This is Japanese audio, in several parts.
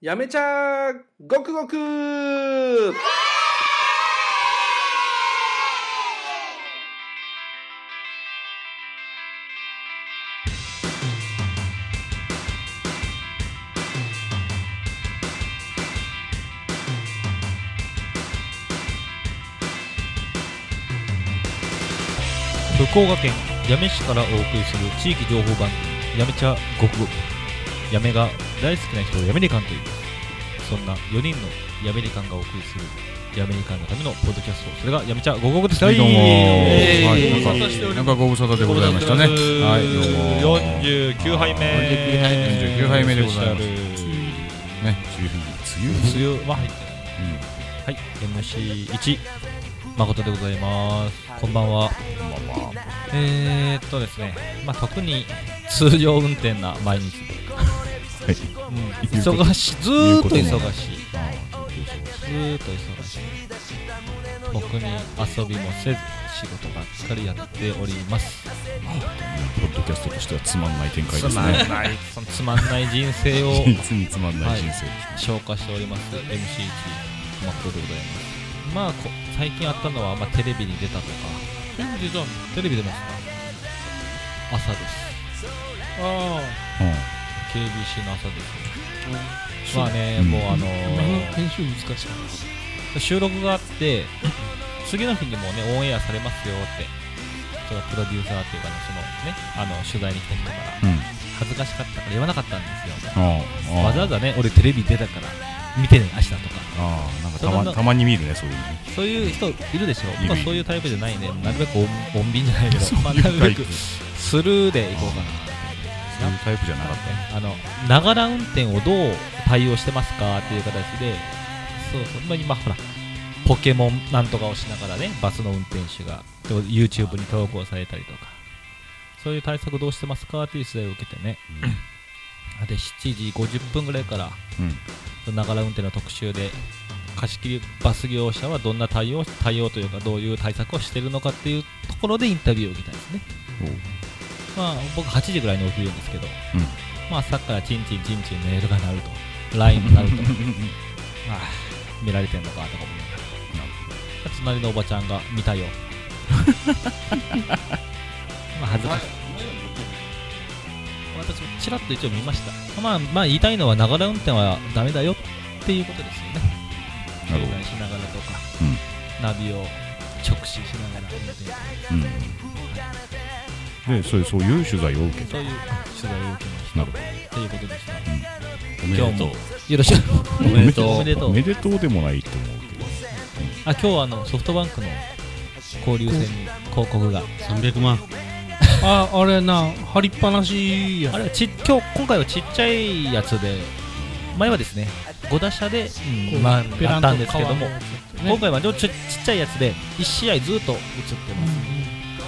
やめちゃーごくごく福岡県八女市からお送りする地域情報番組「やめちゃごくごく」やめが大好きな人をやめにかんというそんな4人のやめにかんがお送りするやめにかんのためのポッドキャストそれがやめちゃごくごくですはい、どうも、えーはいご無な沙ん汰しておかりなんますかご無沙汰でございましたね。はい、どうも。 49杯目49杯目でございますスね、梅雨ペシャル梅雨は入ってないはい、MC1 誠でございます。こんばんは。梅雨、うん、まあまあ、えー、っとですね、まあ特に通常運転な毎日。はい、うん言うこと忙しい、ずーっと言うこと忙しい。ずーっと忙しい。僕に遊びもせず、仕事ばっかりやっております。ポッドキャストとしてはつまんない展開ですね。ない、そのつまんない人生を 実につまんない人生。消化しております MC1 マットでございますまあこ最近あったのは、まあ、テレビに出たとかテレビ出ました朝ですあ KBC の朝ですあ、まあね、うんもうあの今のー編集難しい収録があって次の日にもうねオンエアされますよってそのプロデューサーっていうかねそのねあの取材に来た人からうん、うん、恥ずかしかったから言わなかったんですよああ、わざわざね俺テレビ出たから見てね明日とかああ、なんかたまたまに見るね、そういうの。そういう人いるでしょ、いる僕はそういうタイプじゃないんで、なるべく穏穏便じゃないけど、まあ、なるタべイプ、くそスルーでいこうかういうタイプじゃなかっな、あのながら運転をどう対応してますかっていう形で、そうそうまあ、今、ほら、ポケモンなんとかをしながらね、バスの運転手がで YouTube に投稿されたりとか、そういう対策どうしてますかっていう取材を受けてね、で7時50分ぐらいから、た。うん、ながら運転の特集で貸し切りバス業者はどんな対応対応というかどういう対策をしているのかっていうところでインタビューを受けたんですね、まあ、僕8時ぐらいに起きるんですけど、うんまあ、朝からチンチンチンチンメールが鳴ると LINE も鳴 るとああ見られてんのかとか思いながら隣のおばちゃんが見た よまあ恥ずかしい私もちらっと一応見ましたまあまあ言いたいのはながら運転はダメだよっていうことですよねなる携ほど帯しながらとか、うんナビを直視しながら運転うん。で、そういうそういう取材を受けそういう取材を受けましたなるほど。ということでしたおめでとう今日もよろしくおめでとうおめでとうおめでとうでもないと思うけどあ今日はあのソフトバンクの交流戦に広告が300万ああれな貼りっぱなしやあれはちっ今日今回はちっちゃいやつで前はですね5打者で、うんまあ、ペラやンっとたんですけども、今今回回はちょちょちっちゃいやつで1試合ずっと映ってます、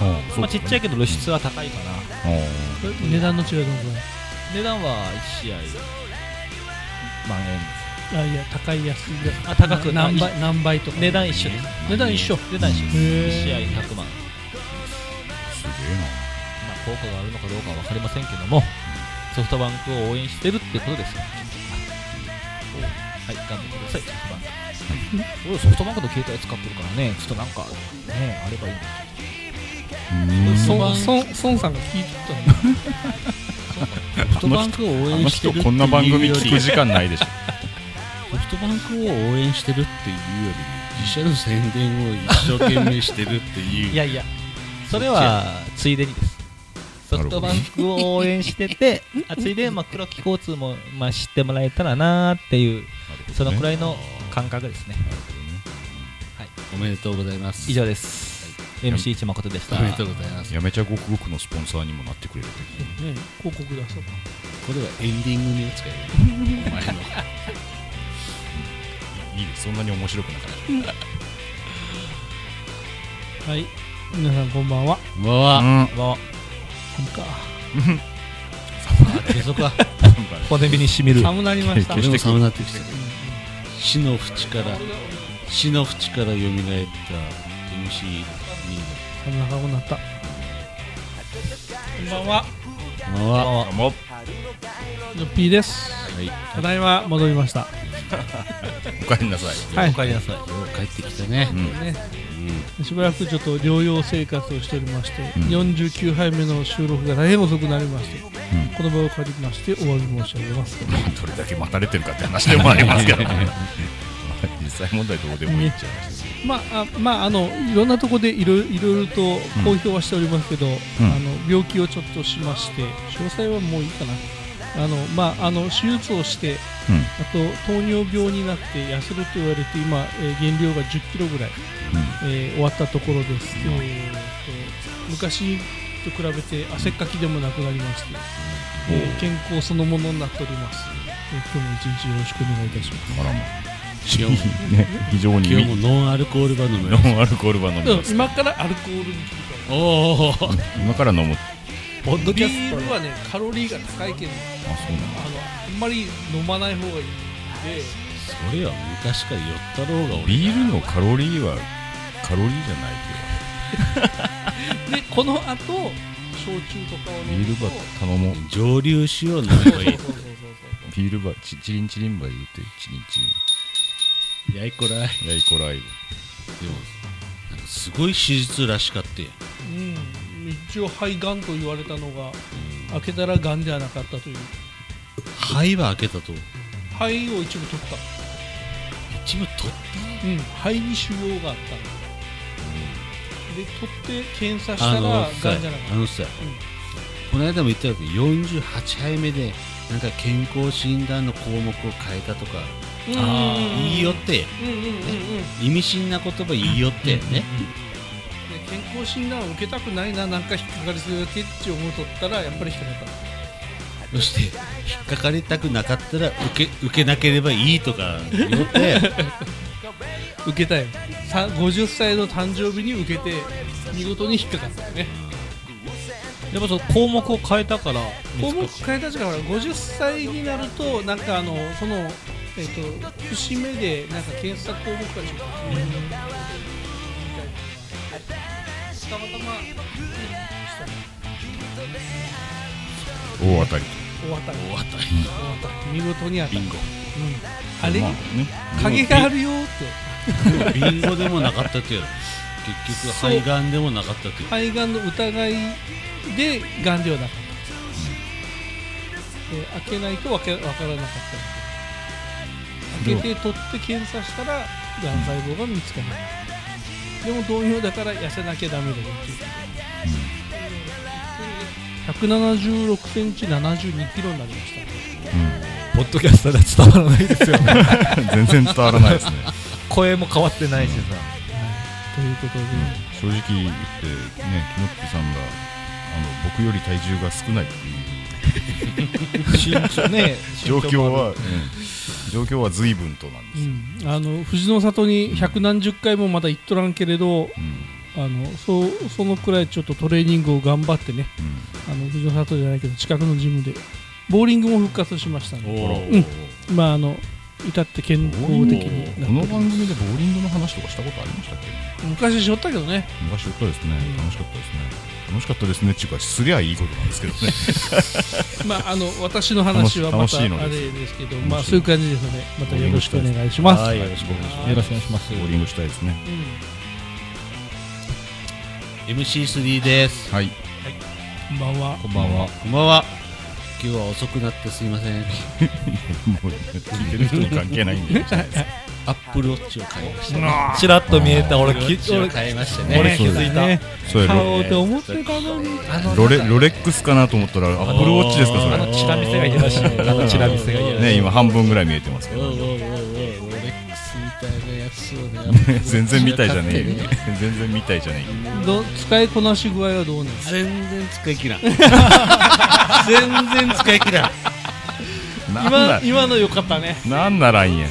ああそうまあ、ちっちゃいけど露出は高いかなあ値段の違いどんぐ値段は1試合万円ですらいあいや高い安いあ高く何あ倍何倍とか値段一緒です値段一緒値段一緒ですへー1試合100万、まあすげえなあ、効果があるのかどうかは分かりませんけどもソフトバンクを応援してるってことですよはい頑張ってくださいソフトバンク俺ソフトバンクの携帯使ってるからねちょっとなんかねあればいいんです孫孫さんが聞いてたけどソフトバンクを応あの援して人るってこんな番いう組より聞く時間ない でしょソフトバンクを応援してるっていうより自社の宣伝を一生懸命してるっていういやいやそれはついでにですソフトバンクを応援して てあついで、まあ、黒木交通も、まあ、知ってもらえたらなーっていうそのくらいの感覚ですねおめでとうございます以上です、MC1 誠でしおためでとうございますやめちゃごくごくのスポンサーにもなってくれるのね広告出そうこれはエンディングに使えるお前のいいですそんなに面白くなかっはい皆さんこんばんはうたわあんも寒かう継続は骨身にしみる寒なりまし決た俺しもて寒なってきた死の淵から死の淵から蘇った MC2 寒なかくなったこんばんはこんばんはあもうジョッピーですはいただいま戻りました。お帰りなさい。はいお。帰りなさい帰ってきたねうん。ね、うんしばらくちょっと療養生活をしておりまして、うん49杯目の収録が大変遅くなりまして、この場を借りましてお詫び申し上げます。 どれだけ待たれてるかって話でもありますけどね。まあ 実際問題どうでもいいっちゃいますけまあ、あまあ、あの、いろんなとこでいろいろいろと公表はしておりますけど、あの、病気をちょっとしまして、詳細はもういいかな。あの、まあ、あの、手術をして、どうんあと糖尿病になって痩せると言われて今、えー減量が1 0キロぐらい、えー終わったところです、えーと昔と比べて汗っかきでもなくなりまして、えー健康そのものになっております、えー今日も一日よろしくお願いいたしますあらま今日もあね 非常に今日もノンアルコールバ飲むノンアルコールは飲みますでも今からアルコールに切り替えおお今から飲むあポッドキビャスールはねカロリーが高いけどそうなあのあんまり飲まない方がいいんでそれは昔から酔ったろうがの俺ビールのカロリーはカロリーじゃないでこの後焼酎とかをけど飲ビールむとバ頼もう蒸留しよう飲そうめそ うばいそういそうそうビールバチチリンチリンバ言うてチリンチやいこらいでもリンやいこライなんかすごい手術らしかってうん、一応肺がんと言われたのが開けたらがんではなかったという肺は開けたと肺を一部取った、一部取っうん、肺に腫瘍があったので取って検査したあらのがんじさゃなかったあのさ、この間も言ったよ48杯目でなんか健康診断の項目を変えたとかうんうんうん言いよってうんうんうんうんで意味深な言葉言いよってね健康診断を受けたくないななんか引っかかりすぎてって思うとったらやっぱり引っかかっそして引っかかりたくなかったら受け受けなければいいとか言っ たて受けたよさ50歳の誕生日に受けて見事に引っかかったよねトやっぱその項目を変えたから項目変えた時からほら50歳になるとなんかあのその、えっと節目でなんか検査項目がちょっとたまたま大当たり終わった終終わわっったた見事に当たビるンゴあれまあにね影があるよってビンゴでもなかったってやろ結局そう肺がんでもなかったっていう肺がんの疑いでがんではなかった、で開けないとわけわからなかった開けて取って検査したらがん細胞が見つかない、でも同様だから痩せなきゃダメだよっていう176センチ72キロになりましたポッドキャストでは伝わらないですよね 全然伝わらないですね 声も変わってないしさということで、正直言ってねキノッピさんがあの僕より体重が少ないっていう身長ね 状況身長もは、うん状況は随分となんですよ、うんあの藤の里に百何十回もまだ行っとらんけれうどんあのそうそのくらいちょっとトレーニングを頑張ってねうんあの藤の里じゃないけど近くのジムでボーリングも復活しましたので、おうんまああの至って健康的になこのっており番組でボーリングの話とかしたことありましたっけ昔しょったけどね昔やったですね楽しかったですね楽しかったですねっていうかすりゃいいことなんですけどねまああの私の話はま楽たしあ楽しいのれですですけどまあ楽しいそういう感じですのでまたよろしくお願いします、よろしくお願いしますよろしくお願いしますボーリングしたいですねうん MC3 ですはいこんばんはこんばんはこんばんは今日は遅くなってすいませんもう聞いてる人に関係 ないんでアップルウォッチを買いました、ちらっと見えた俺アップルウォッきチを俺買いました俺ね気づいた、ねそうや買ロおうと思ってたのにあのロレロレックスかなと思ったらアップルウォッチですかそあれのチラ見せがいるらしいねあのチラ見せがいるね今半分ぐらい見えてますけおうおうおどうおうロレックスみたいなやつをね 全然みたいじゃねえよ 全然みたいじゃねえよど使いこなし具合はどうなん全然使い切らん全然使い切らんなん今だ今の良かったねなんならんや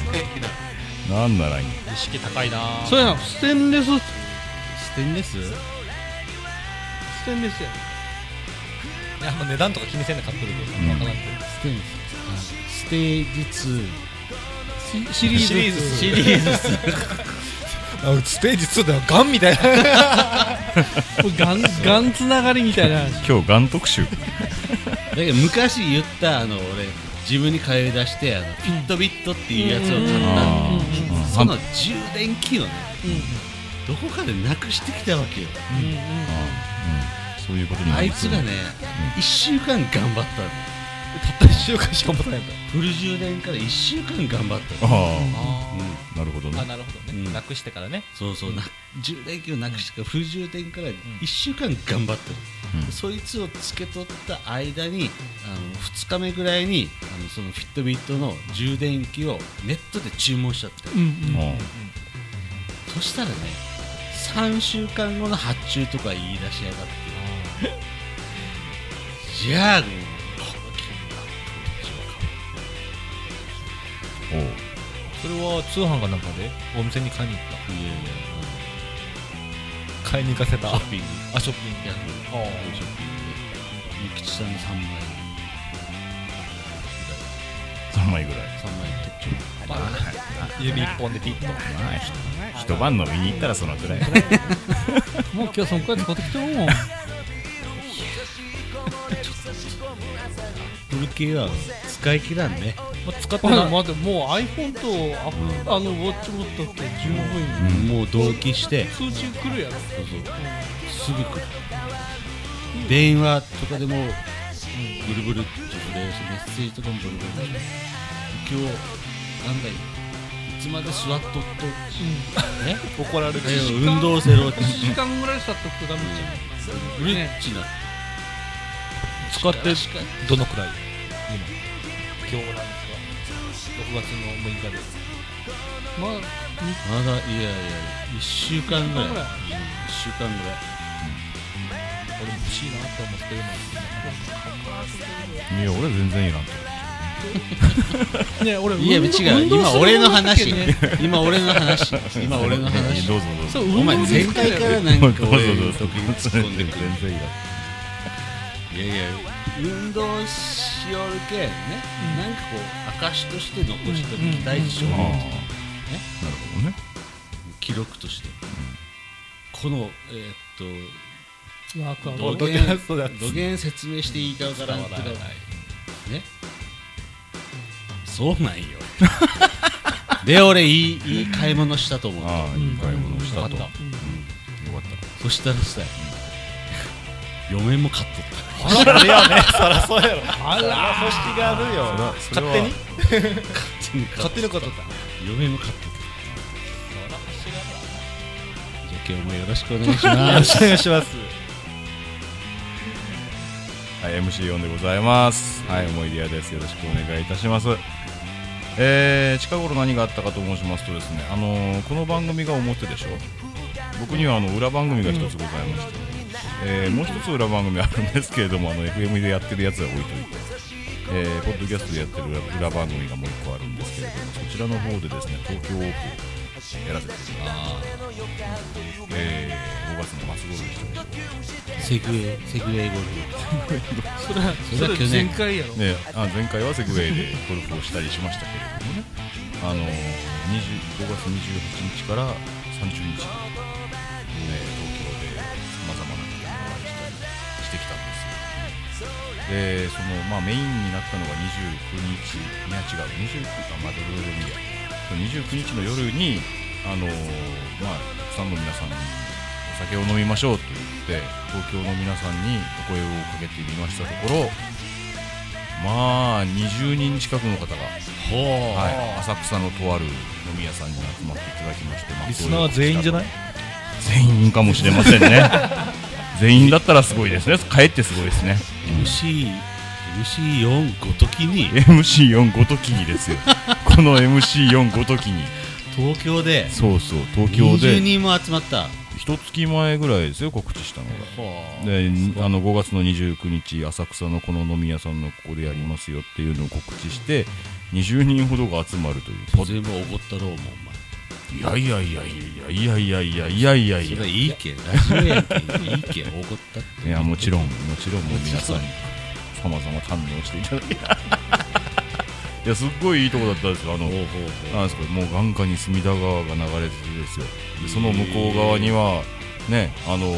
なんならんや意識高いなそうやんステンレススステンレステンレスやんいやもう値段とか気にせんで買ってるけうんど、わからんけどステンレスあステージシ2シリーズシリーズシリーズあステージ2ではガンみたいなこれガンガンつながりみたいな話今日ガン特集だけど昔言ったあの俺自分に買い出してあのピットビットっていうやつを買ったんあうんでーそ半の充電器をねうんうんどこかでなくしてきたわけよあーうんそういうことになありいまつすがね1週間頑張ったのたった1週間しか持たないんだフル充電から1週間頑張っあたのあうんあなるほどーあねなるほどうねんなくしてからねそうそうな充電器をなくしてからフル充電から1週間頑張ってる、うんそいつをつけ取った間にあの2日目ぐらいにあのそのフィットビットの充電器をネットで注文しちゃってうんうんあそしたらね3週間後の発注とか言い出しやがってじゃあもうこの金額こっちを買おうーおうそれは通販かなんかでお店に買いに行っいやいやた買いに行かせたショッピングあショッピングヤフーあーショッピングで諭吉さんの3枚3枚ぐらい3枚取っちゃう指一本でピッとまあひ一晩飲みに行ったらそのくらいもう今日そんくらい使ってきてもんブル系は使い切らんねもう使ってまなだいまだもう iPhone とアップあのウォッチ持ったって十分よもう同期して通知来るやろすぐ来る電話とかでもブルブルってメッセージとかもブルブルだし今日なんだいいつまで座っとっとね怒られるえ運動せろって1時間ぐらい経っとくとダメじゃブリッジな使って確かにどのくらい今今日なんですが6月の6日でんまあまだいやいや1週間ぐ一週間ぐらいらい1週間ぐらい俺も欲しいなって思ってるのいや俺全然いらんと思ね俺いや運動違う運動今する俺のもん だけ話ね今俺の話今俺のう話どうぞどうぞそうお前運動前です回からなんどうかぞどうぞ俺どうにぞ時々突っ込んでくる全然いらんいやいや運動しよるけんね、なんかこう証として残しとる期待値をああなるほどね記録として、このえーっワークアウトと土キャストだ源土源説明していいかわからんけどねそうなんよで俺いいいい買い物したと思うああいい買い物をしたよかとよかっったそしたらさ嫁も買っとったあら組織があるよそ勝れは手に勝手に買っと勝手にことだった嫁も買っとったじゃあ今日もよろしくお願いしますお願いしますはい、MC4 でございます。はい、思い出屋です。よろしくお願いいたします。えー、近頃何があったかと申しますとですね、あのーこの番組が表でしょ僕にはあの裏番組が一つございまして、えーもう一つ裏番組あるんですけれども、あの FM でやってるやつは置いといて、えーポッドキャストでやってる裏裏番組がもう一個あるんですけれども、そちらの方でですね、東京オープンをやらせていただいて、えー、5月の末頃でしたでしょうかセグウェイ、セグウェイゴルそれはそれはそ去れ年前回やろね、あ前回はセグウェイでゴルフをしたりしましたけれどもね、あの20 5月28日から30日、ね、東京でさまざまな方にお会いしたりしてきたんですよ。で、そのまあ、メインになったのが29日、いや違う、29日か、まあ、どれどれでもいいや、29日の夜に、あのまあ、たくさんの皆さんにお酒を飲みましょうと言って、東京の皆さんにお声をかけてみましたところ、まあ20人近くの方が、 はい、浅草のとある飲み屋さんに集まっていただきましてまあリスナー全員じゃない全員かもしれません ね全員だったらすごいですねかえってすごいですね MC、MC4 ごときに MC4 ごときにですよこの MC4 ごときに東京でそうそう東京20で人も集まった一月前ぐらいですよ告知したのがはであの5月の29日浅草のこの飲み屋さんのここでやりますよっていうのを告知して20人ほどが集まるというあ全部おごったろうもんおいやいやいやいやいやいやいやいやいやい前そやれいいけんラジオやけんいいけんおごった っていやもちろんもちろんもう皆さんにさまざま堪能していただいていやすっごいいいとこだったんですよあのほうほうなんですかもう眼下に隅田川が流れててですよでその向こう側にはねあの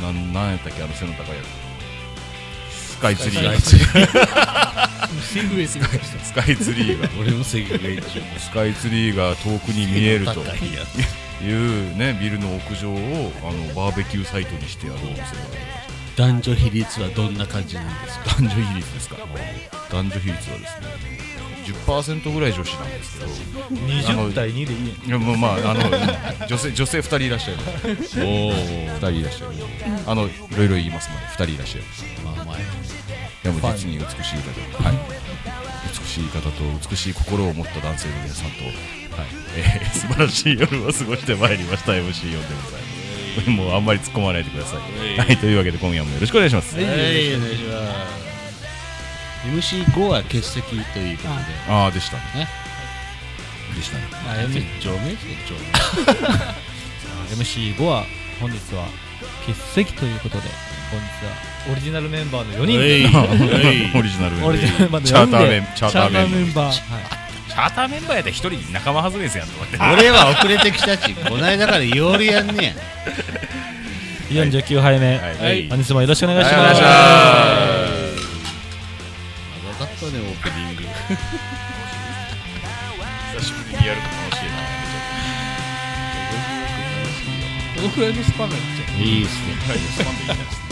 なんなんやったっけあの背の高いやつカイツリースカイツリーセグウェイって言いましたスカイツリーが 俺も正義が一応スカイツリーが遠くに見えると高いやついうねビルの屋上をあのバーベキューサイトにしてやるお店が男女比率はどんな感じなんですか男女比率ですか男女比率はですね10%ぐらい女子なんですけど20対2でいいやんいやもうまああの女性女性2人いらっしゃるおお2人いらっしゃるあのいろいろ言いますので2人いらっしゃるまあ前でも実に美しい方で、はい、美しい方と美しい心を持った男性の皆さんと、はいえー、素晴らしい夜を過ごしてまいりました MC4 でございますもうあんまり突っ込まないでください、はい、というわけで今夜もよろしくお願いします、はいお願いします MC5 は欠席ということでああでしたねねでしたねあやめちょめちょ MC5 は本日は欠席ということで本日はオリジナルメンバーの4人で オリジナルメンバオリジナルメンバーーのチャーター4メ人ンでチャーチャターーターメンメンバーチャーターメンバーやったら一人仲間外れですやんと思って俺は遅れてきたしこないだからいおりやんね49杯目、はい本日もよろしくお願いしお願まいす、しますや長かったねオープニング 久しぶりにやるの楽しいなどのくらいのスパンがいっちゃういいっすねはい、スパンでいいじゃないですか